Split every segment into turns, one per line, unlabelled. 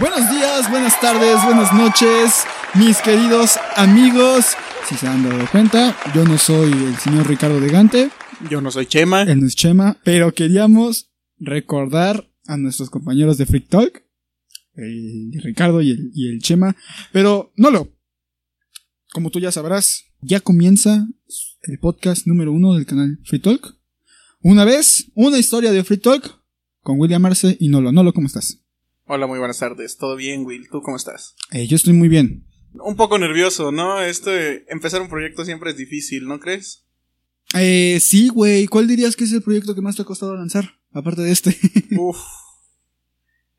Buenos días, buenas tardes, buenas noches, mis queridos amigos. Si se han dado cuenta, yo no soy el señor Ricardo de Gante,
Yo no soy Chema.
el no es Chema, pero queríamos recordar a nuestros compañeros de Freak Talk, el Ricardo y el, y el Chema, pero no lo. Como tú ya sabrás, ya comienza el podcast número uno del canal Free Talk. Una vez, una historia de Free Talk con William Arce y Nolo. Nolo, ¿cómo estás?
Hola, muy buenas tardes. ¿Todo bien, Will? ¿Tú cómo estás?
Eh, yo estoy muy bien.
Un poco nervioso, ¿no? Este, empezar un proyecto siempre es difícil, ¿no crees?
Eh, sí, güey. ¿Cuál dirías que es el proyecto que más te ha costado lanzar? Aparte de este.
Uf.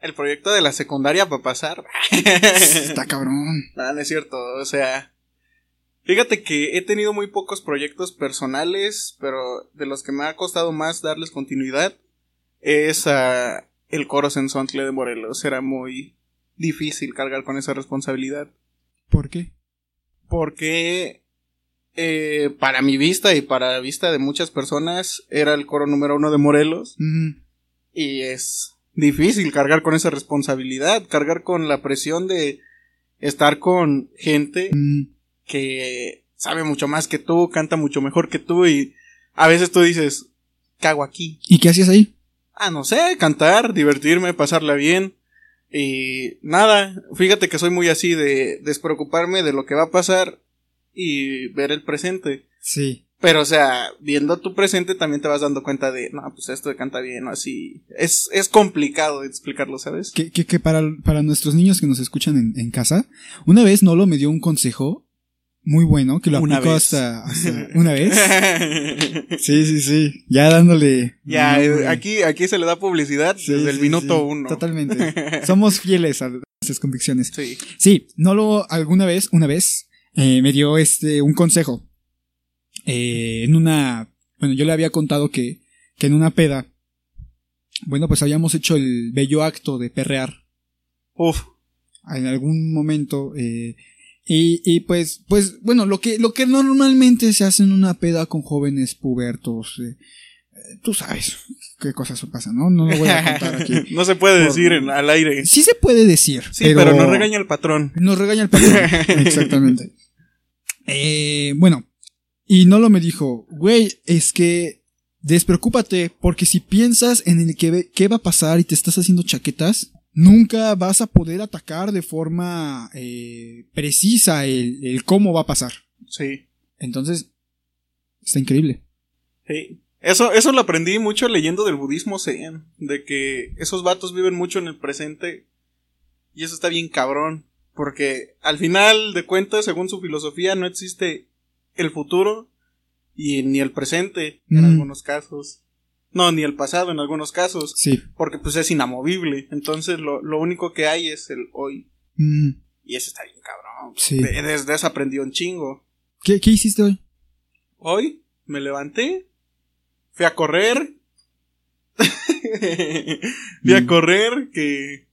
El proyecto de la secundaria para pasar.
Está cabrón.
No, no es cierto, o sea. Fíjate que he tenido muy pocos proyectos personales, pero de los que me ha costado más darles continuidad es a el coro Sensontle de Morelos. Era muy difícil cargar con esa responsabilidad.
¿Por qué?
Porque eh, para mi vista y para la vista de muchas personas era el coro número uno de Morelos
Mm,
y es difícil cargar con esa responsabilidad, cargar con la presión de estar con gente
mm.
que sabe mucho más que tú, canta mucho mejor que tú y a veces tú dices, ¿qué hago aquí?
¿Y qué hacías ahí?
Ah, no sé, cantar, divertirme, pasarla bien. Y nada, fíjate que soy muy así de despreocuparme de lo que va a pasar y ver el presente.
Sí.
Pero, o sea, viendo tu presente también te vas dando cuenta de, no, pues esto de canta bien o así. Es, es complicado explicarlo, ¿sabes?
Que, que, que para, para nuestros niños que nos escuchan en, en casa, una vez Nolo me dio un consejo muy bueno que lo
Una
aplicó
vez.
hasta, hasta- una vez. Sí, sí, sí. Ya dándole.
ya,
No,
eh,
güey.
aquí, aquí se le da publicidad
Sí,
desde el
sí,
minuto
sí.
uno.
Totalmente. Somos fieles a nuestras convicciones.
Sí.
Sí, no lo alguna vez, una vez, eh, me dio este un consejo. Eh, en una. Bueno, yo le había contado que, que en una peda. Bueno, pues habíamos hecho el bello acto de perrear
Uf.
en algún momento. eh, y, y pues, pues, bueno, lo que, lo que normalmente se hace en una peda con jóvenes pubertos. eh, eh, tú sabes qué cosas pasan, ¿no? No lo voy a contar aquí.
no se puede
Por-
decir en- al aire.
Sí se puede decir.
Sí, pero, no regaña al patrón.
Nos regaña el patrón. Exactamente. Eh, bueno, y Nolo me dijo, güey, es que despreocúpate, porque si piensas en el que ve- qué va a pasar y te estás haciendo chaquetas, nunca vas a poder atacar de forma eh, precisa el, el cómo va a pasar.
Sí.
Entonces, está increíble.
Sí. Eso, eso lo aprendí mucho leyendo del budismo Zen, de que esos vatos viven mucho en el presente y eso está bien cabrón, porque al final de cuentas, según su filosofía, no existe el futuro y ni el presente en
Mm.
algunos casos. No, ni el pasado en algunos casos,
Sí.
porque pues es inamovible. Entonces lo, lo único que hay es el hoy
Mm,
y eso está bien cabrón.
sí.
De- Desde eso aprendí un chingo.
¿Qué, qué hiciste hoy?
Hoy me levanté, fui a correr. fui a
Mm.
correr, que...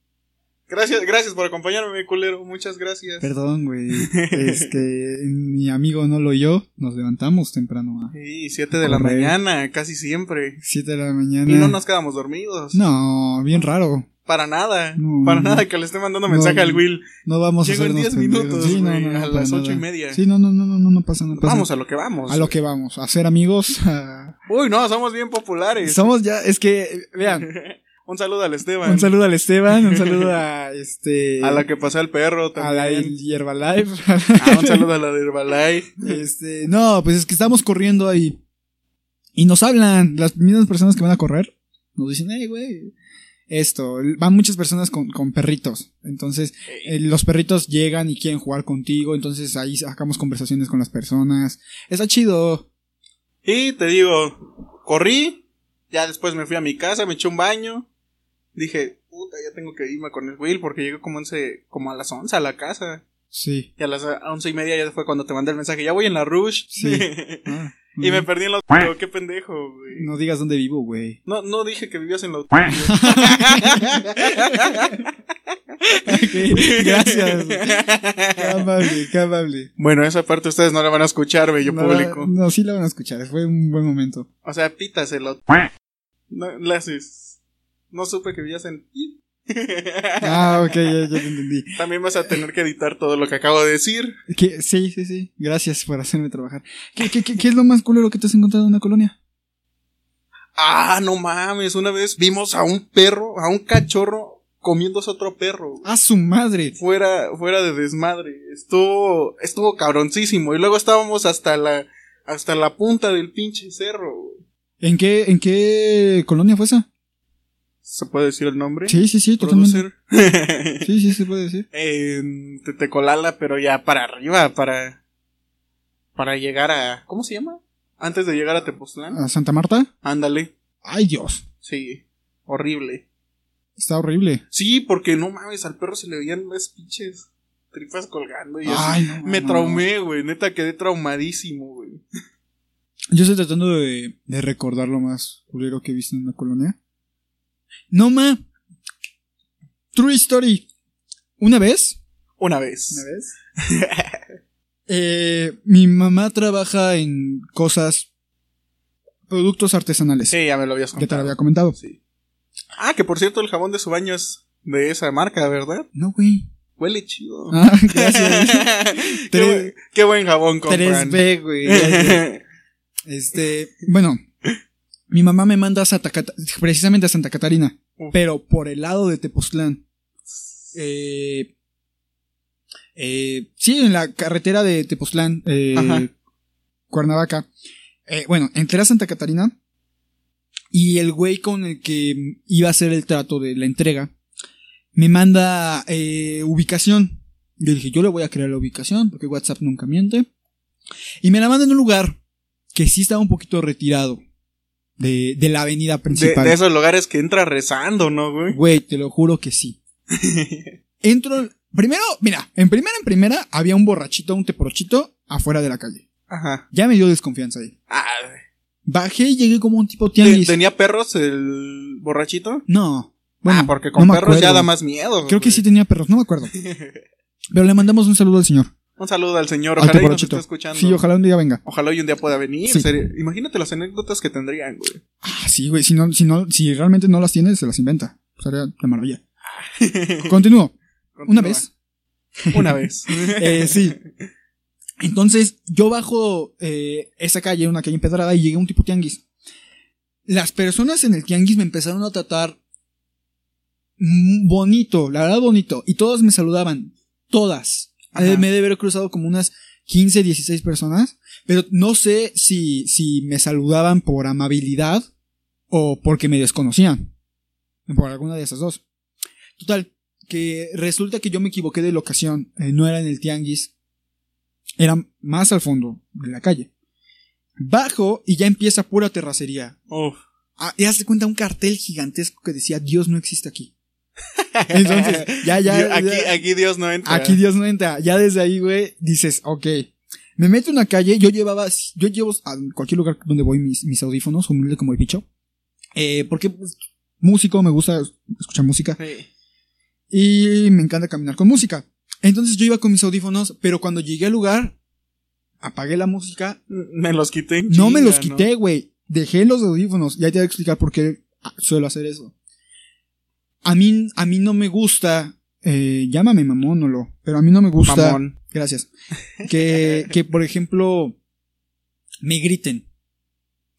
Gracias, gracias por acompañarme, mi culero. Muchas gracias.
Perdón, güey. Este, mi amigo Nolo y yo nos levantamos temprano a
Sí, 7 de la
Correr.
mañana, casi siempre.
7 de la mañana.
Y no nos quedamos dormidos.
No, bien raro.
Para nada.
No.
Para nada que le esté mandando
No.
mensaje al Will.
No vamos
Llego
a
en
hacernos
10 minutos,
pendejos. Sí, no,
güey,
no, no,
a
para
las 8 y
nada.
media.
Sí, no, no, no, no, no, no pasa, no pasa.
Vamos a lo que vamos.
a lo que vamos, a ser amigos. a-
Uy, no, somos bien populares.
Somos ya, es que, eh, vean,
Un saludo al Esteban.
un saludo al Esteban, un saludo a este...
A la que pasé al perro
a la
también.
Herbalife.
Ah, un saludo a la de Herbalife.
este, no, pues es que estamos corriendo ahí. Y nos hablan, las mismas personas que van a correr, nos dicen, hey, güey, esto, van muchas personas con, con perritos. Entonces, eh, los perritos llegan y quieren jugar contigo, entonces ahí sacamos conversaciones con las personas. Está chido.
Y te digo, corrí, ya después me fui a mi casa, me eché un baño, dije, puta, ya tengo que irme con el Will porque llegué como, once, como a las 11 a la casa.
Sí.
Y a las once y media ya fue cuando te mandé el mensaje, ya voy en la Rush.
Sí. Ah,
y me
mm.
perdí en la... Pero qué pendejo, güey.
No digas dónde vivo, güey.
No, no dije que vivías en la...
Ok, Gracias. Qué amable, qué amable.
bueno, esa parte ustedes no la van a escuchar, bello
no,
público.
No, sí la van a escuchar, fue un buen momento.
O sea, pítaselo. No, la haces. No supe que vivías en...
Ah, ok, ya, ya te entendí.
También vas a tener que editar todo lo que acabo de decir.
Que- Sí, sí, sí. Gracias por hacerme trabajar. ¿Qué, qué, qué, qué es lo más culero que te has encontrado en una colonia?
Ah, no mames, una vez vimos a un perro, a un cachorro comiéndose a otro perro.
¡A su madre!
Fuera, fuera de desmadre. Estuvo, estuvo cabroncísimo. Y luego estábamos hasta la, hasta la punta del pinche cerro. güey.
¿En qué, en qué colonia fue esa?
¿Se puede decir el nombre?
Sí, sí, sí, totalmente.
Producer.
Sí, sí, se puede decir.
en Tetecolala, pero ya para arriba, para. Para llegar a. ¿Cómo se llama? Antes de llegar a Tepoztlán.
¿A Santa Marta?
Ándale.
¡Ay, Dios!
Sí. Horrible.
Está horrible.
Sí, porque no mames, al perro se le veían las pinches tripas colgando y así.
Ay, no,
Me
no, no.
traumé, güey. Neta, quedé traumadísimo, güey.
Yo estoy tratando de, de recordar lo más culero que he visto en una colonia. No, ma. True story. Una vez.
Una vez.
vez? eh, mi mamá trabaja en cosas, productos artesanales.
Sí, ya me lo habías
Ya te lo
contado.
había comentado.
Sí. Ah, que por cierto, el jabón de su baño es de esa marca, ¿verdad?
No, güey.
Huele chido.
Ah, gracias.
qué,
Tres-
buen, qué buen jabón compran.
3B, güey. gracias. Este, bueno, mi mamá me manda a Santa Cata- precisamente a Santa Catarina,
Uf.
pero por el lado de Tepoztlán. Eh, eh, sí, en la carretera de Tepoztlán, eh,
Ajá.
Cuernavaca. Eh, bueno, entré a Santa Catarina y el güey con el que iba a hacer el trato de la entrega me manda eh, ubicación. Le dije, yo le voy a crear la ubicación porque WhatsApp nunca miente. Y me la manda en un lugar que sí estaba un poquito retirado de, de la avenida
de, ¿eh?
principal.
de esos lugares que entra rezando, ¿no, güey?
Güey, te lo juro que sí. Entro. Primero, mira, en primera, en primera, había un borrachito, un teprochito afuera de la calle.
Ajá.
Ya me dio desconfianza ahí.
Ah,
Bajé y llegué como un tipo
¿te-
tianguis.
¿Tenía perros el borrachito?
No.
ah, porque con
no me
perros ya
acuerdo.
da más miedo.
Creo que
güey.
sí tenía perros, no me acuerdo. Pero le mandamos un saludo al señor.
Un saludo al señor.
al
Ojalá y nos
teprochito.
esté escuchando.
Sí, ojalá un día venga.
Ojalá hoy un día pueda venir.
Sí.
sería- Imagínate las anécdotas que tendrían, güey.
Ah, sí, güey. Si, no, si, no, si realmente no las tiene, se las inventa. Sería de maravilla. Continúo. Una
Continúa.
vez.
Una vez.
Eh, sí. Entonces, yo bajo eh, esa calle, una calle empedrada, y llegué a un tipo tianguis. Las personas en el tianguis me empezaron a tratar mm, bonito, la verdad bonito, y todas me saludaban, todas.
Ajá.
Eh, me he de haber cruzado como unas 15, 16 personas, pero no sé si, si me saludaban por amabilidad o porque me desconocían. Por alguna de esas dos. Total, que resulta que yo me equivoqué de locación. eh, no era en el tianguis. Era más al fondo de la calle. Bajo y ya empieza pura terracería.
Uf.
Ah, y hazte cuenta un cartel gigantesco que decía Dios no existe aquí. Entonces, ya, ya.
Yo- aquí,
ya-
aquí Dios no entra.
aquí Dios no entra. Ya desde ahí, güey, dices, ok. Me meto en una calle, yo llevaba, yo llevo a cualquier lugar donde voy mis, mis audífonos, humilde como el bicho. Eh, porque pues, músico, me gusta escuchar música.
Sí.
Y me encanta caminar con música. Entonces yo iba con mis audífonos, pero cuando llegué al lugar, apagué la música.
Me los quité. en
No me los
chinga, ¿no?
quité, güey. Dejé los audífonos. Y ahí te voy a explicar por qué ah, suelo hacer eso. A mí, a mí no me gusta. Eh, llámame mamón o lo. Pero a mí no me gusta.
Mamón.
Gracias. Que, que, por ejemplo, me griten.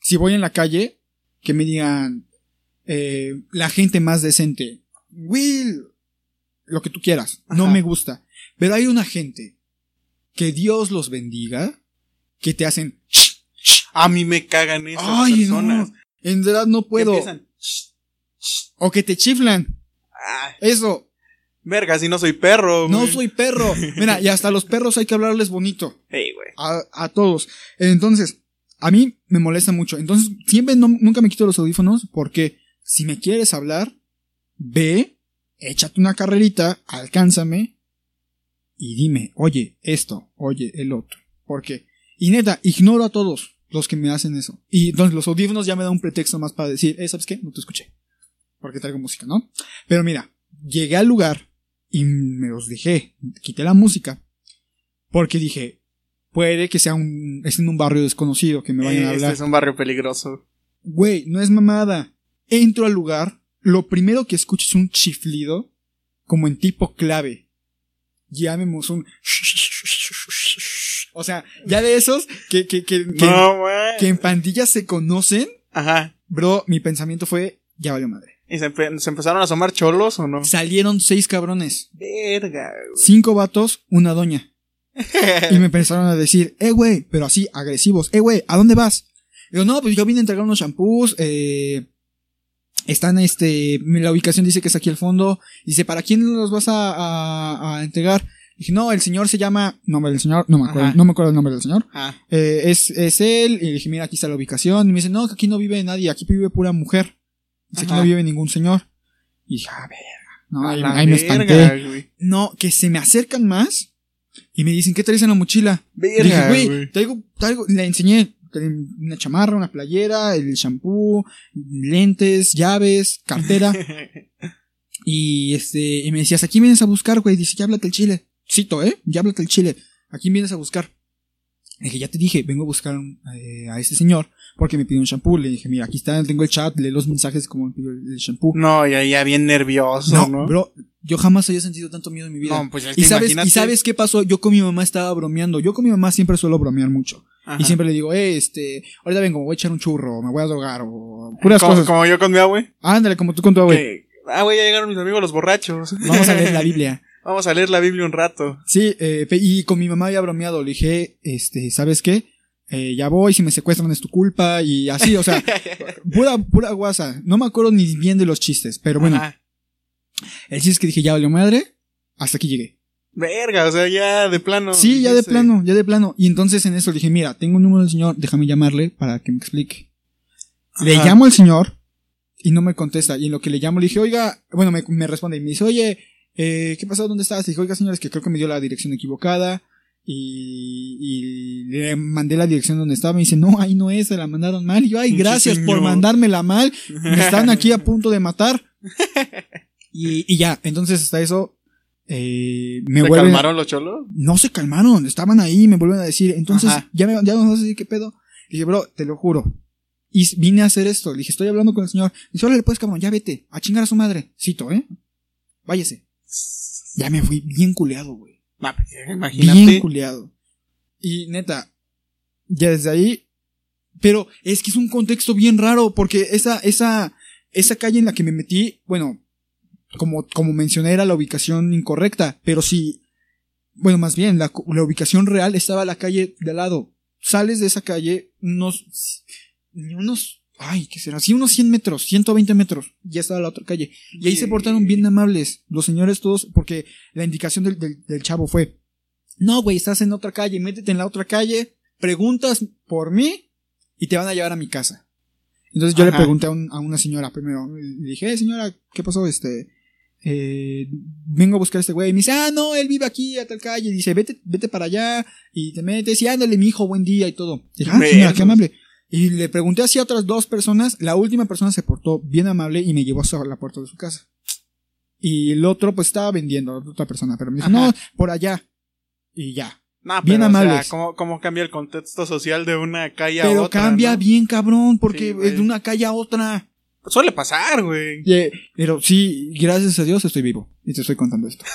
Si voy en la calle, que me digan eh, la gente más decente. Will, lo que tú quieras. No
Ajá.
me gusta. Pero hay una gente que Dios los bendiga, que te hacen.
A mí me cagan esas
Ay,
personas.
no. En verdad no
Que
puedo.
empiezan, "Shh,
O que te chiflan.
ah,
Eso.
verga, si no soy perro.
No
güey".
soy perro. Mira, y hasta a los perros hay que hablarles bonito.
Ey, güey.
a, a todos. Entonces, a mí me molesta mucho. Entonces, siempre no- nunca me quito los audífonos porque si me quieres hablar, ve, échate una carrerita, alcánzame y dime, oye, esto, oye, el otro. Porque, y neta, ignoro a todos los que me hacen eso. Y entonces los audífonos ya me da un pretexto más para decir, eh, ¿sabes qué? No te escuché. Porque traigo música, ¿no? Pero mira, llegué al lugar y me los dejé, quité la música. Porque dije, puede que sea un, es en un barrio desconocido que me vayan
Eh,
a
este
hablar.
es un barrio peligroso.
Güey, no es mamada. Entro al lugar, lo primero que escucho es un chiflido, como en tipo clave. Llamemos un. O sea, ya de esos que, que, que, que,
No, güey.
que en pandillas se conocen,
Ajá.
bro, mi pensamiento fue, ya valió madre.
¿Y se, empe- se empezaron a asomar cholos o no?
Salieron seis cabrones,
Verga, güey.
cinco vatos, una doña. Y me empezaron a decir, eh, güey, pero así, agresivos, eh, güey, ¿a dónde vas? Y yo, no, pues yo vine a entregar unos shampoos, eh, están, este, la ubicación dice que es aquí al fondo. Dice, ¿para quién los vas a, a- a entregar? Dije, no, el señor se llama, nombre del señor, no me acuerdo,
Ajá.
no me acuerdo el nombre del señor.
Ah,
Eh, es, es él, y le dije, mira, aquí está la ubicación. Y me dice, no, que aquí no vive nadie, aquí vive pura mujer. Dice, aquí
Ajá.
no vive ningún señor. Y dije, a ver, no,
a
ahí,
la
ahí me
verga,
espanté.
güey.
No, que se me acercan más y me dicen, ¿qué traes en la mochila?
Verga,
Dije,
güey.
güey, traigo, traigo, le enseñé traen una chamarra, una playera, el shampoo, lentes, llaves, cartera. y este, y me decías, ¿a quién vienes a buscar, güey? Dice, ya háblate el chile. Cito, ¿eh? Ya háblate el chile. ¿A quién vienes a buscar? Le dije, ya te dije, vengo a buscar eh, a este señor porque me pidió un shampoo. Le dije, mira, aquí está, tengo el chat, lee los mensajes como me pidió el shampoo.
No, ya, ya bien nervioso,
No,
¿no?
bro, yo jamás había sentido tanto miedo en mi vida.
No, pues es que
¿Y sabes,
imagínate.
¿Y sabes qué pasó? Yo con mi mamá estaba bromeando. Yo con mi mamá siempre suelo bromear mucho.
Ajá.
Y siempre le digo, eh, este, ahorita vengo, me voy a echar un churro, me voy a drogar, o puras
como,
cosas.
como yo con mi abue.
Ándale, como tú con tu abuela.
que, Ah, güey, ya llegaron mis amigos los borrachos.
Vamos a leer la Biblia.
Vamos a leer la Biblia un rato.
Sí, eh, fe- y con mi mamá había bromeado. Le dije, este, ¿sabes qué? Eh, ya voy, si me secuestran es tu culpa, y así, o sea, pura, pura guasa. No me acuerdo ni bien de los chistes, pero bueno,
Ajá.
el chiste es que dije, ya valió madre, hasta aquí llegué.
Verga, o sea, ya de plano.
Sí, ya de
dijiste,
plano, ya de plano. Y entonces en eso le dije, mira, tengo un número del señor, déjame llamarle para que me explique. Le
Ajá.
llamo al señor y no me contesta. Y en lo que le llamo le dije, oiga, bueno, me, me responde y me dice, oye, eh, ¿qué pasó? ¿Dónde estás? Le dije, oiga, señor, es que creo que me dio la dirección equivocada. Y, y le mandé la dirección donde estaba. Me dice, no, ahí no es, se la mandaron mal. Y yo, ay,
Pinche
gracias por
señor.
mandármela mal. Me están aquí a punto de matar. Y, y ya, entonces hasta eso. Eh, me
¿Te
vuelven-
calmaron los cholos?
no se calmaron, estaban ahí, me vuelven a decir, entonces
Ajá.
ya me ya nos vas a decir qué pedo. Le dije, bro, te lo juro. Y s- vine a hacer esto, le dije, estoy hablando con el señor. Dice, órale pues, cabrón, ya vete, a chingar a su madre. Cito, ¿eh? Váyase. Ya me fui bien culeado, güey.
Ma-
Bien
Imagínate.
culeado. Y neta, ya desde ahí. Pero es que es un contexto bien raro, porque esa, esa, esa calle en la que me metí, bueno, como, como mencioné, era la ubicación incorrecta, pero sí, bueno, más bien, la, cu- la ubicación real estaba la calle de al lado. Sales de esa calle unos, unos, ay, ¿qué será? Sí, unos 100 metros, 120 metros, ya estaba la otra calle. Y ahí se portaron bien amables los señores todos, porque la indicación del, del- del chavo fue, no, güey, estás en otra calle, métete en la otra calle, preguntas por mí y te van a llevar a mi casa. Entonces yo le
Ajá.
pregunté a, un- a una señora primero, le dije, "Eh, señora, ¿qué pasó? Este, eh, vengo a buscar a este güey. Y me dice, ah, no, él vive aquí, a tal calle. Y dice, vete, vete para allá y te metes y ándale, mi hijo, buen día y todo. Y dije, ah, señora,
Vergas.
qué amable. Y le pregunté así a otras dos personas. La última persona se portó bien amable y me llevó hasta la puerta de su casa. Y el otro, pues estaba vendiendo a otra persona, pero me dijo,
Ajá.
no, por allá. Y ya.
No,
bien
pero, o sea,
amables.
¿cómo, cómo cambia el contexto social de una calle a
Pero
otra?
cambia
no?
bien, cabrón, porque
Sí,
es
güey.
de una calle a otra.
Suele pasar, güey.
Y, eh, Pero sí, gracias a Dios estoy vivo y te estoy contando esto.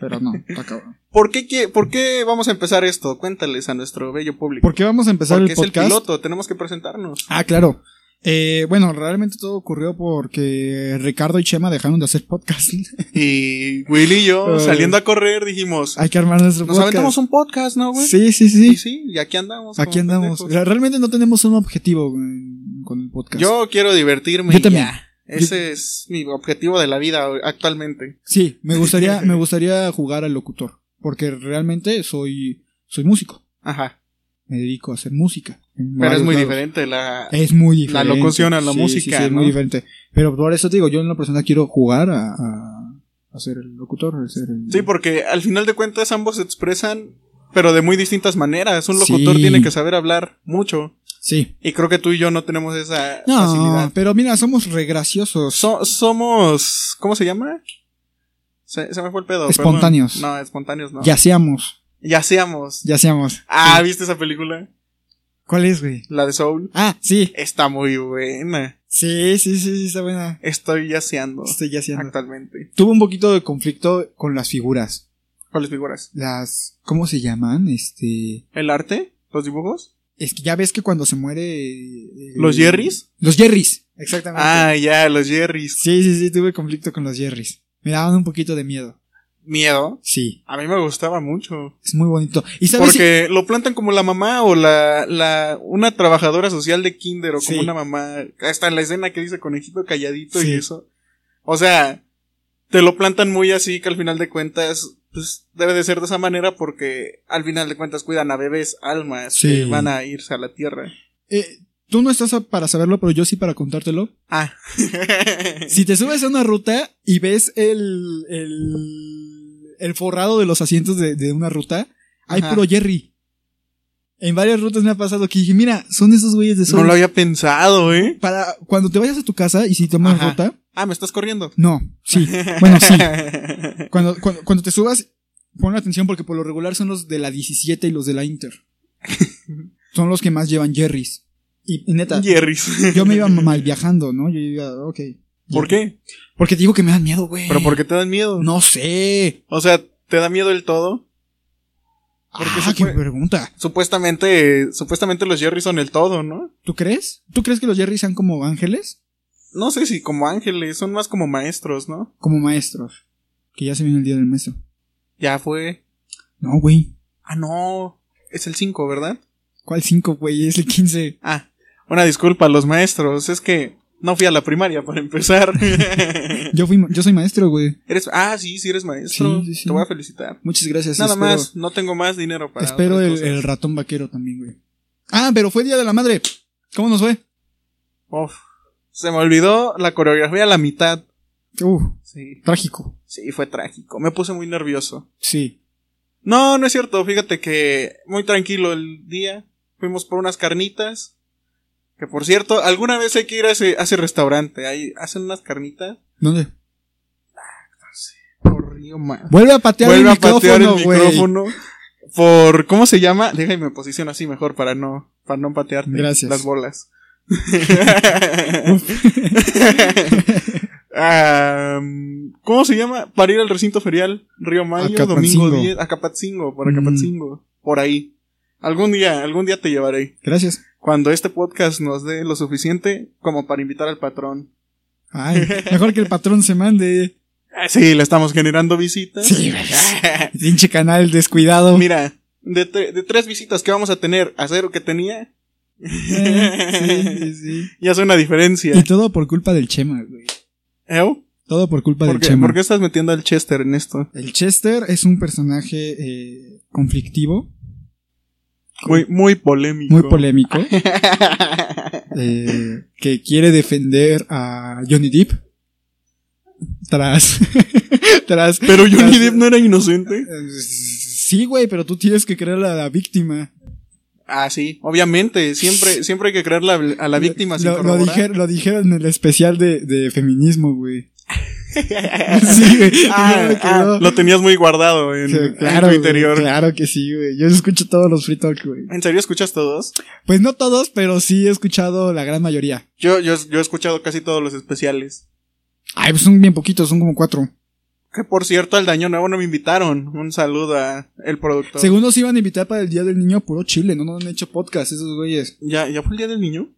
Pero no, está cabrón.
¿Por qué, quie- ¿Por qué vamos a empezar esto? Cuéntales a nuestro bello público.
¿Por qué vamos a empezar
Porque
el
es el
podcast?
piloto, tenemos que presentarnos.
Ah, claro. Eh, bueno, realmente todo ocurrió porque Ricardo y Chema dejaron de hacer podcast.
Y Willy y yo,
Ay.
saliendo a correr, dijimos,
Hay que armar nuestro
nos
podcast.
aventamos un podcast, ¿no, güey?
Sí, sí,
Y
sí.
sí, y aquí andamos.
Aquí
como
andamos.
pendejos.
Re- Realmente no tenemos un objetivo mm, con el podcast.
Yo quiero divertirme.
Yo
y
también.
ya. Ese es mi objetivo de la vida actualmente.
Sí, me gustaría, me gustaría jugar al locutor. Porque realmente soy, soy músico.
Ajá.
Me dedico a hacer música. en
Pero es
varios
muy
lados.
diferente la...
Es muy diferente.
locución a la
Sí, sí,
música,
sí, es muy
¿no?
diferente. Pero por eso te digo, yo en la persona quiero jugar a, a, a ser el locutor. a ser el-
Sí, porque al final de cuentas ambos se expresan, pero de muy distintas maneras. Un locutor
Sí.
tiene que saber hablar mucho.
sí.
Y creo que tú y yo no tenemos esa
No,
facilidad.
pero mira, somos regraciosos.
So- somos... ¿Cómo se llama? Se, se me fue el pedo. perdón.
Espontáneos.
No, espontáneos no.
Yaceamos,
Ya seamos.
yaceamos.
Ah, ¿viste esa película?
¿Cuál es, güey?
La de Soul.
Ah, sí.
Está muy buena.
Sí, sí, sí, sí, está buena.
Estoy yaceando
Estoy ya haciendo.
actualmente.
Tuve un poquito de conflicto con las figuras.
¿Cuáles figuras?
Las. ¿Cómo se llaman? Este.
¿El arte? ¿Los dibujos?
Es que ya ves que cuando se muere. eh,
¿Los Jerrys?
Los Jerrys, exactamente.
Ah, ya, los Jerrys.
Sí, sí, sí, tuve conflicto con los Jerrys. Me daban un poquito de miedo.
Miedo.
Sí,
A mí me gustaba mucho.
es muy bonito. ¿Y sabes si-
Porque lo plantan como la mamá o la, la una trabajadora social de kinder o
Sí.
como una mamá. Hasta en la escena que dice conejito calladito
Sí.
y eso. O sea, te lo plantan muy así que al final de cuentas, pues debe de ser de esa manera porque al final de cuentas cuidan a bebés, almas
Sí.
que van a irse a la tierra.
eh, tú no estás a- para saberlo, pero yo sí para contártelo.
Ah.
Si te subes a una ruta y ves el, el, el forrado de los asientos de, de una ruta, hay
Ajá.
puro Jerry. En varias rutas me ha pasado que dije, mira, son esos güeyes de sol.
no lo había pensado, ¿eh?
Para cuando te vayas a tu casa y si tomas
Ajá.
ruta,
Ah, me estás corriendo.
no, sí, bueno, sí. Cuando, cuando, cuando te subas, pon atención porque por lo regular son los de la 17 y los de la Inter. Son los que más llevan Jerry's. Y, y neta,
Jerry's.
yo me iba mal viajando, ¿no? Yo iba, ok.
¿Por qué?
Porque te digo que me dan miedo, güey.
¿Pero por qué te dan miedo?
No sé.
O sea, ¿te da miedo el todo? Porque
Ah,
se
qué
fue-
pregunta.
Supuestamente, supuestamente los Jerry son el todo, ¿no?
¿Tú crees? ¿Tú crees que los Jerry sean como ángeles?
No sé si como ángeles, son más como maestros, ¿no?
Como maestros. Que ya se viene el día del maestro.
Ya fue.
No, güey.
Ah, no. Es el 5, ¿verdad?
¿Cuál 5, güey? Es el 15.
Ah, una disculpa a los maestros, es que no fui a la primaria para empezar.
Yo, fui, ma- yo soy maestro, güey.
eres, ah, sí, sí eres maestro.
Sí, sí, sí.
Te voy a felicitar.
Muchas gracias.
Nada
espero-
más, no tengo más dinero para.
Espero
otras
el,
cosas.
el ratón vaquero también, güey. Ah, pero fue Día de la Madre. ¿Cómo nos fue?
Uf, se me olvidó la coreografía a la mitad.
Uh,
Sí,
trágico.
sí, fue trágico. Me puse muy nervioso.
Sí.
No, no es cierto. Fíjate que muy tranquilo el día. Fuimos por unas carnitas. Que por cierto, alguna vez hay que ir a ese, a ese restaurante. Ahí hacen unas carnitas.
¿Dónde?
Por Río Mar.
Vuelve a patear
Vuelve
el
a patear el
micrófono, güey.
micrófono. Por, ¿cómo se llama? Déjame posición así mejor para no, para no patearte
Gracias.
las bolas. Am, ¿Cómo se llama? Para ir al recinto ferial, Río Mayo, domingo
Acapatzingo.
10, Acapatzingo, por
Mm.
Acapatzingo, por ahí. Algún día, algún día te llevaré.
Gracias.
Cuando este podcast nos dé lo suficiente como para invitar al patrón.
Ay, mejor que el patrón se mande.
Ah, Sí, le estamos generando visitas.
Sí, güey. Pinche canal descuidado.
Mira, de, tre- de tres visitas que vamos a tener a cero que tenía,
Eh, sí, sí, sí.
ya hace una diferencia.
Y todo por culpa del Chema, güey.
¿Eu?
Todo por culpa
¿Por
del
qué,
Chema.
por qué estás metiendo al Chester en esto?
El Chester es un personaje eh, conflictivo,
Muy, muy polémico.
muy polémico, eh, que quiere defender a Johnny Depp tras tras
Pero Johnny
tras-
Depp no era inocente.
Sí, güey, pero tú tienes que creer a la víctima.
Ah, sí, obviamente. Siempre, siempre hay que creer a la víctima. sin
lo, lo,
corroborar.
dijer- lo dijeron en el especial de, de feminismo, güey. Sí, güey.
Ah,
yo me
ah,
quedo-
lo tenías muy guardado en,
Sí,
en
claro,
tu
güey,
interior.
claro que sí, güey. Yo escucho todos los free talk, güey.
¿En serio escuchas todos?
Pues no todos, pero sí he escuchado la gran mayoría.
Yo, yo, yo he escuchado casi todos los especiales.
Ay, pues son bien poquitos, son como cuatro.
Que por cierto, al daño nuevo no me invitaron. Un saludo a el productor.
Según nos iban a invitar para el Día del Niño a puro Chile, no nos han hecho podcast esos güeyes.
¿Ya, ¿Ya fue el día del niño?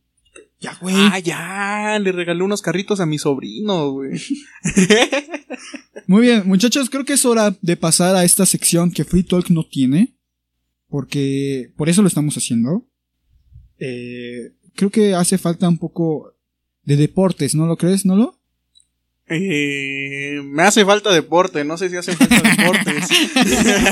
Ya, güey.
Ah, ya, le regalé unos carritos a mi sobrino, güey.
Muy bien, muchachos, creo que es hora de pasar a esta sección que Free Talk no tiene. Porque por eso lo estamos haciendo. Eh, creo que hace falta un poco de deportes, ¿no lo crees, no lo?
Eh, me hace falta deporte, no sé si hace falta deportes.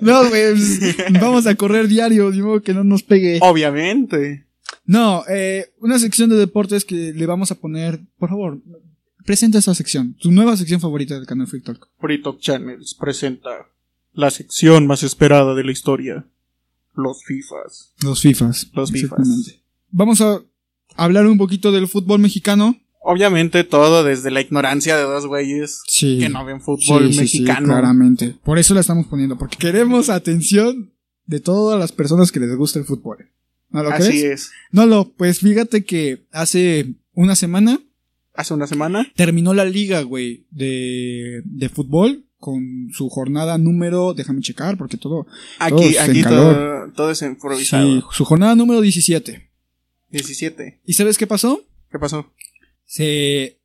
No, güey, pues, vamos a correr diario, digo que no nos pegue.
Obviamente.
No, eh, una sección de deportes que le vamos a poner, por favor, presenta esa sección, tu nueva sección favorita del canal Free Talk.
Free Talk Channels presenta la sección más esperada de la historia. Los FIFAs.
Los FIFAs.
Los
Exactamente.
FIFAs.
Vamos a hablar un poquito del fútbol mexicano.
Obviamente todo desde la ignorancia de dos güeyes
Sí.
que no ven fútbol
Sí, sí, sí,
mexicano.
claramente. Por eso la estamos poniendo, porque queremos atención de todas las personas que les gusta el fútbol. ¿No lo
Así
crees?
es.
No lo, pues fíjate que hace una semana
Hace una semana.
terminó la liga, güey, de, de fútbol con su jornada número, déjame checar porque todo,
Aquí,
Todos en
aquí todo,
calor.
todo es improvisado.
sí, su jornada número 17.
17.
¿Y sabes qué pasó?
¿Qué pasó?
Se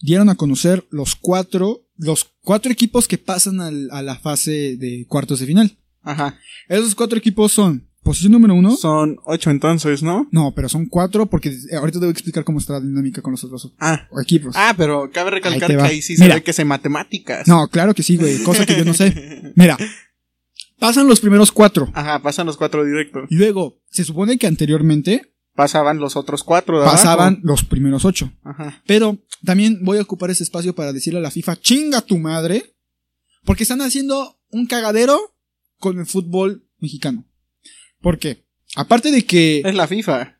dieron a conocer los cuatro, los cuatro equipos que pasan al- a la fase de cuartos de final.
Ajá.
Esos cuatro equipos son posición número uno.
Son 8 entonces, ¿no?
No, pero son cuatro porque eh, ahorita te voy a explicar cómo está la dinámica con los otros
Ah.
equipos.
Ah, pero cabe recalcar
Ahí te
que
va.
ahí sí se
Mira.
ve que se matemáticas.
No, claro que sí, güey, cosa que yo no sé. Mira, pasan los primeros cuatro.
Ajá, pasan los cuatro directos.
Luego, se supone que anteriormente
Pasaban los otros cuatro. de abajo.
pasaban los primeros ocho.
Ajá.
Pero también voy a ocupar ese espacio para decirle a la FIFA, chinga tu madre, porque están haciendo un cagadero con el fútbol mexicano. ¿Por qué? Aparte de que...
Es la FIFA.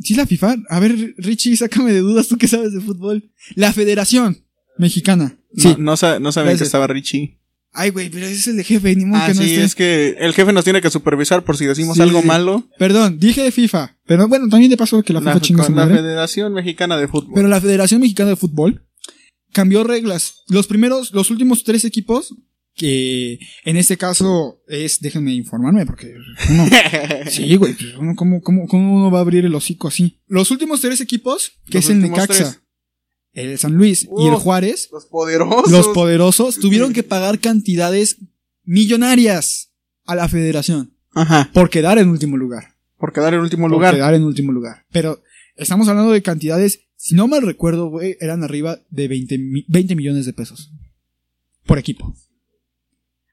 ¿Sí es la FIFA? A ver, Richie, sácame de dudas, tú que sabes de fútbol. La Federación Mexicana. Sí.
No, no, sa- no sabían que
Gracias.
estaba Richie.
Ay, güey, pero ese es el de jefe, ni modo
Ah,
que no
sí,
esté.
es que el jefe nos tiene que supervisar por si decimos
Sí,
algo
sí.
malo.
Perdón, dije de FIFA. Pero bueno, también de paso que la
La,
FIFA chinga su
con la
madre.
Federación Mexicana de Fútbol.
Pero la Federación Mexicana de Fútbol cambió reglas. Los primeros, los últimos tres equipos, que en este caso es, déjenme informarme, porque uno, sí, güey, pues uno, ¿cómo, cómo, cómo uno va a abrir el hocico así? Los últimos tres equipos, que
Los
es el
últimos
Necaxa, el San Luis y el
Uf.
Juárez,
los poderosos.
los poderosos tuvieron que pagar cantidades millonarias a la Federación
Ajá.
por quedar en último lugar.
Por quedar en último
Por
lugar.
quedar en último lugar. Pero estamos hablando de cantidades, si no mal recuerdo, güey, eran arriba de 20, mi- 20 millones de pesos. Por equipo.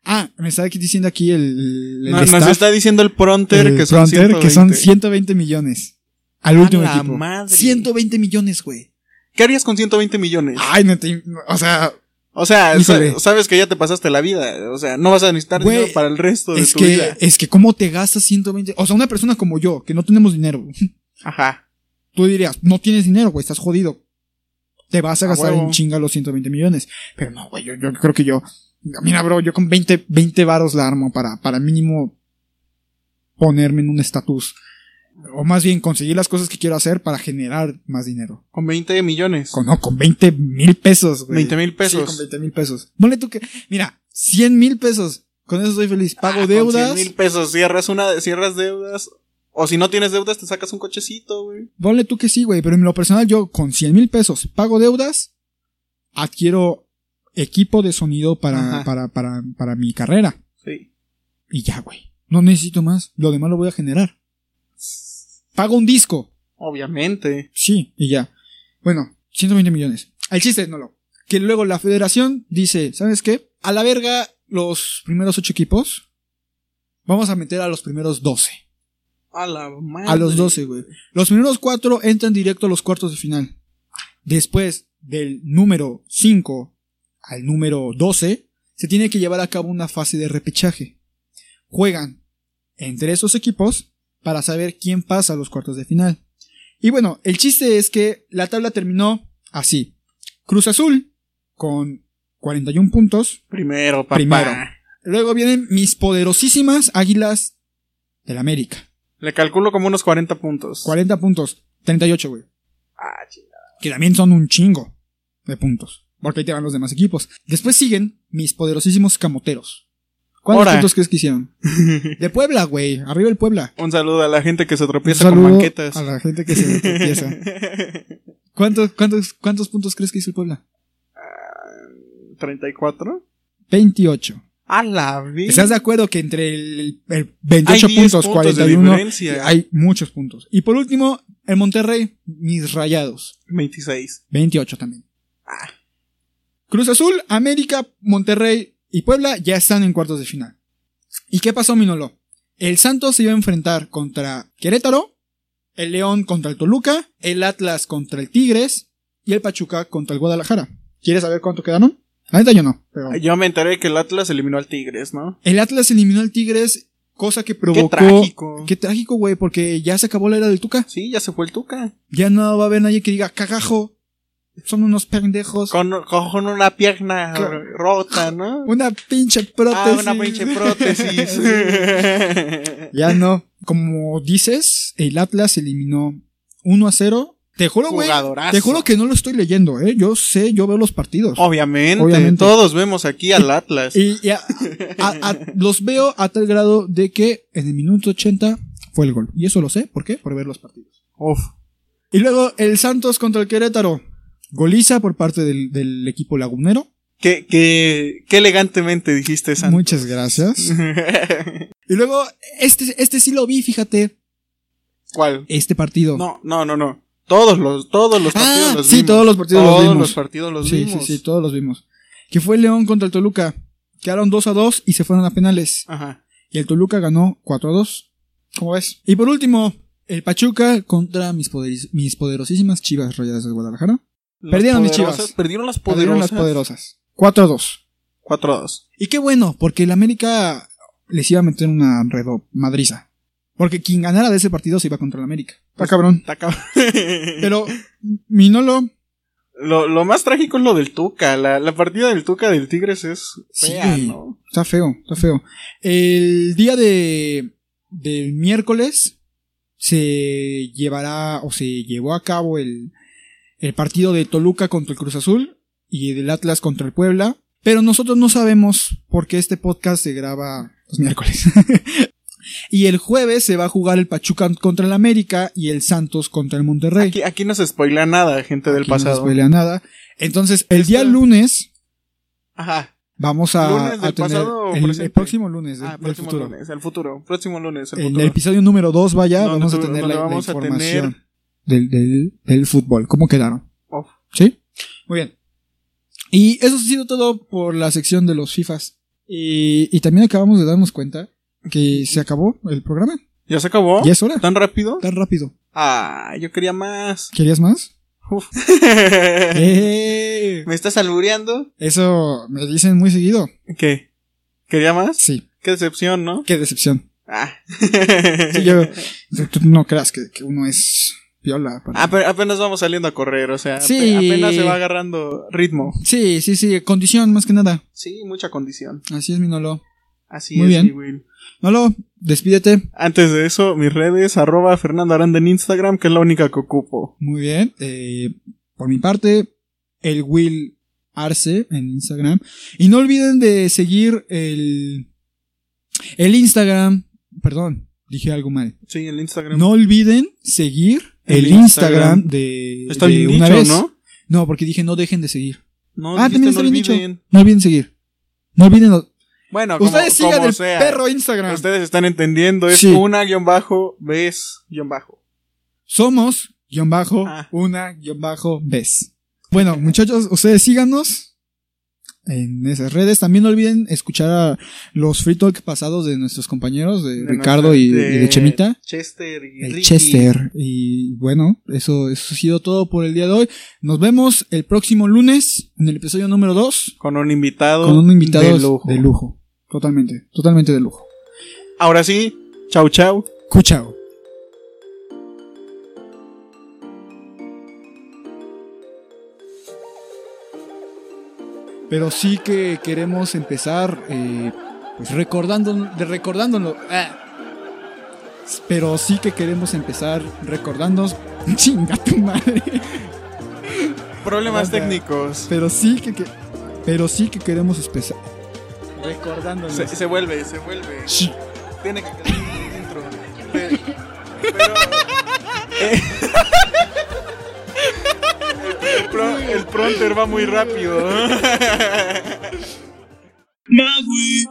Ah, me está aquí diciendo aquí el, el
No,
staff,
nos está diciendo el pronter
el
que son
fronter,
120.
que son 120 millones. Al
¡A
último
la
equipo.
madre!
120 millones, güey.
¿Qué harías con 120 millones?
Ay, no te. O sea,
O sea,
Híjole.
sa- sabes que ya te pasaste la vida. O sea, no vas a necesitar
Güey,
dinero para el resto de
es
tu
que,
vida.
es que, ¿cómo te gastas 120? O sea, una persona como yo, que no tenemos dinero,
Ajá.
tú dirías, no tienes dinero, güey, estás jodido. Te vas a
A
gastar
huevo.
en chinga los 120 millones. Pero no, güey, yo, yo creo que yo. Mira, bro, yo con 20, 20 varos la armo para, para mínimo ponerme en un estatus. O más bien conseguir las cosas que quiero hacer para generar más dinero.
Con 20 millones.
Con, no, con 20 mil pesos, güey.
20 mil
Sí,
pesos.
con 20 mil pesos. Ponle tú que. Mira, 100 mil pesos. Con eso soy feliz. Pago deudas.
Ah, mil pesos. Cierras, una, cierras deudas. O si no tienes deudas, te sacas un cochecito, güey.
Ponle tú que sí, güey, pero en lo personal yo con 100 mil pesos pago deudas, adquiero equipo de sonido para,
Ajá.
para, para, para mi carrera.
Sí.
Y ya, güey. No necesito más. Lo demás lo voy a generar. Pago un disco.
Obviamente.
Sí, y ya. Bueno, 120 millones. El chiste es, no lo. Que luego la federación dice, ¿sabes qué? A la verga los primeros ocho equipos. Vamos a meter a los primeros 12.
A la madre.
A los 12, güey. Los primeros cuatro entran directo a los cuartos de final. Después del número 5 al número 12, se tiene que llevar a cabo una fase de repechaje. Juegan entre esos equipos para saber quién pasa a los cuartos de final. Y bueno, el chiste es que la tabla terminó así. Cruz Azul con 41 puntos.
Primero, papá.
Primero. Luego vienen mis poderosísimas Águilas del América.
Le calculo como unos 40 puntos.
40 puntos. 38, güey.
Ah, chingada.
que también son un chingo de puntos. Porque ahí te van los demás equipos. Después siguen mis poderosísimos camoteros. ¿Cuántos
Ora.
puntos crees que hicieron? De Puebla, güey. Arriba el Puebla.
Un saludo a la gente que se
Un
tropieza con
saludo
banquetas.
a la gente que se tropieza. ¿Cuántos, cuántos, ¿Cuántos puntos crees que hizo el Puebla?
34.
28.
A la vida.
¿Estás de acuerdo que entre el, el 28
Hay 10
puntos,
puntos de
41
diferencia.
hay muchos puntos? Y por último, el Monterrey, mis rayados.
26.
28 también. Cruz Azul, América, Monterrey y Puebla ya están en cuartos de final. ¿Y qué pasó, Minolo? El Santos se iba a enfrentar contra Querétaro, el León contra el Toluca, el Atlas contra el Tigres y el Pachuca contra el Guadalajara. ¿Quieres saber cuánto quedaron? La neta yo no. pero-
Yo me enteré que el Atlas eliminó al Tigres, ¿no?
El Atlas eliminó al Tigres, cosa que provocó...
Qué trágico.
Qué trágico, güey, porque ya se acabó la era del Tuca.
Sí, ya se fue el Tuca.
Ya no va a haber nadie que diga, cagajo, son unos pendejos.
Con, con una pierna
Claro.
rota, ¿no?
Una pinche prótesis.
Ah, una pinche prótesis.
ya no. Como dices, el Atlas eliminó 1 a 0 Te juro, güey.
Jugadorazo. Oh,
Te juro que no lo estoy leyendo, ¿eh? Yo sé, yo veo los partidos.
Obviamente,
Obviamente.
todos vemos aquí al Atlas.
Y, y a- a- a- los veo a tal grado de que en el minuto 80 fue el gol. Y eso lo sé, ¿por qué? Por ver los partidos.
Uf.
Y luego el Santos contra el Querétaro. Goliza por parte del, del equipo lagunero.
Qué, qué, qué elegantemente dijiste, Santos.
Muchas gracias. Y luego, este, este sí lo vi, fíjate.
¿Cuál?
Este partido.
No, no, no, no. Todos los, todos los partidos
ah,
los
sí,
vimos.
todos los partidos
Todos
los vimos.
los partidos los
sí,
vimos.
sí, sí, todos los vimos. Que fue León contra el Toluca. Quedaron 2 a 2 y se fueron a penales.
Ajá.
Y el Toluca ganó 4 a 2. ¿Cómo ves? Y por último, el Pachuca contra mis, poderis- mis poderosísimas chivas rayadas de Guadalajara.
Las
Perdieron mis
poderosas-
Chivas.
Perdieron las
Perdieron
poderosas.
las poderosas. 4 a 2.
4-2.
Y qué bueno, porque el América les iba a meter una redo madriza. Porque quien ganara de ese partido se iba contra el América.
Pues
Está cabrón.
Está cabrón.
Pero Minolo,
Lo, lo más trágico es lo del Tuca. La, la partida del Tuca del Tigres es
Sí,
fea,
güey.
¿no?
Está feo, está feo. El día de del miércoles se llevará o se llevó a cabo el, el partido de Toluca contra el Cruz Azul y del Atlas contra el Puebla. Pero nosotros no sabemos porque este podcast se graba los miércoles. y el jueves se va a jugar el Pachuca contra el América y el Santos contra el Monterrey.
Aquí, aquí no se spoilea nada, gente del
Aquí no se
pasado.
spoilea nada. Entonces, el día
Este-
lunes
Ajá.
vamos a,
¿Lunes del
a tener
pasado o
el, el
presente?
próximo lunes del-
Ah,
del
próximo
futuro.
lunes, el futuro. Próximo lunes, el
En
futuro.
el episodio número 2, vaya,
Donde
vamos a
tu-
tener la,
donde
la
vamos a
información
tener-
Del, del, del fútbol. ¿Cómo quedaron?
Uf.
¿Sí? Muy bien. Y eso ha sido todo por la sección de los FIFAs. Y, y también acabamos de darnos cuenta que se acabó el programa.
¿Ya se acabó?
Ya es hora.
¿Tan rápido?
Tan rápido.
Ah, yo quería más.
¿Querías más?
Uf.
¡Eh!
¿Me estás albureando?
Eso me dicen muy seguido.
¿Qué? ¿Quería más?
Sí.
Qué decepción, ¿no?
Qué decepción.
Ah.
Sí, yo- tú- tú no creas que, que uno es viola.
Ape- Ah, apenas vamos saliendo a correr, o sea, ape-
Sí.
apenas se va agarrando ritmo.
Sí, sí, sí. Condición, más que nada.
Sí, mucha condición.
Así es, Minolo.
Así
Muy
es,
bien.
mi Will.
Nolo, despídete.
Antes de eso, mis redes, arroba Fernando Aranda en Instagram, que es la única que ocupo.
Muy bien. eh, por mi parte, el Will Arce en Instagram. Y no olviden de seguir el, el Instagram. Perdón, dije algo mal.
Sí, el Instagram.
No olviden seguir el,
El
Instagram,
Instagram.
de,
Está
de
bien
una
dicho,
vez.
¿no?
No, porque dije no dejen de seguir.
No,
ah,
dijiste,
también está
no
bien dicho.
olviden.
No olviden seguir. No olviden. lo-
Bueno,
Ustedes
como,
sigan
como
el
sea.
perro Instagram.
Ustedes están entendiendo, es
Sí.
una guión bajo, ves guión bajo.
Somos guión bajo
Ah.
una guión bajo vez. Bueno, muchachos, ustedes síganos en esas redes. También no olviden escuchar a los free talk pasados de nuestros compañeros, de,
De
Ricardo
nuestra-
y y de, Chemita.
Chester y
El
Ricky.
Chester. Y bueno, eso, eso ha sido todo por el día de hoy. Nos vemos el próximo lunes en el episodio número 2
Con un invitado.
con un invitado
Oh, de lujo.
de lujo. Totalmente, totalmente de lujo.
Ahora sí, chau chau.
Cuchao. Pero sí que queremos empezar eh, pues recordando, de- recordándolo. ah. Pero sí que queremos empezar recordándonos. Chinga tu madre.
Problemas
Anda.
técnicos.
Pero sí que, que- pero sí que queremos empezar recordándonos.
Se, se vuelve, se vuelve.
Sí.
Tiene que quedar en el intro. Pe- Pero. Eh, el, pro- el pronter va muy rápido.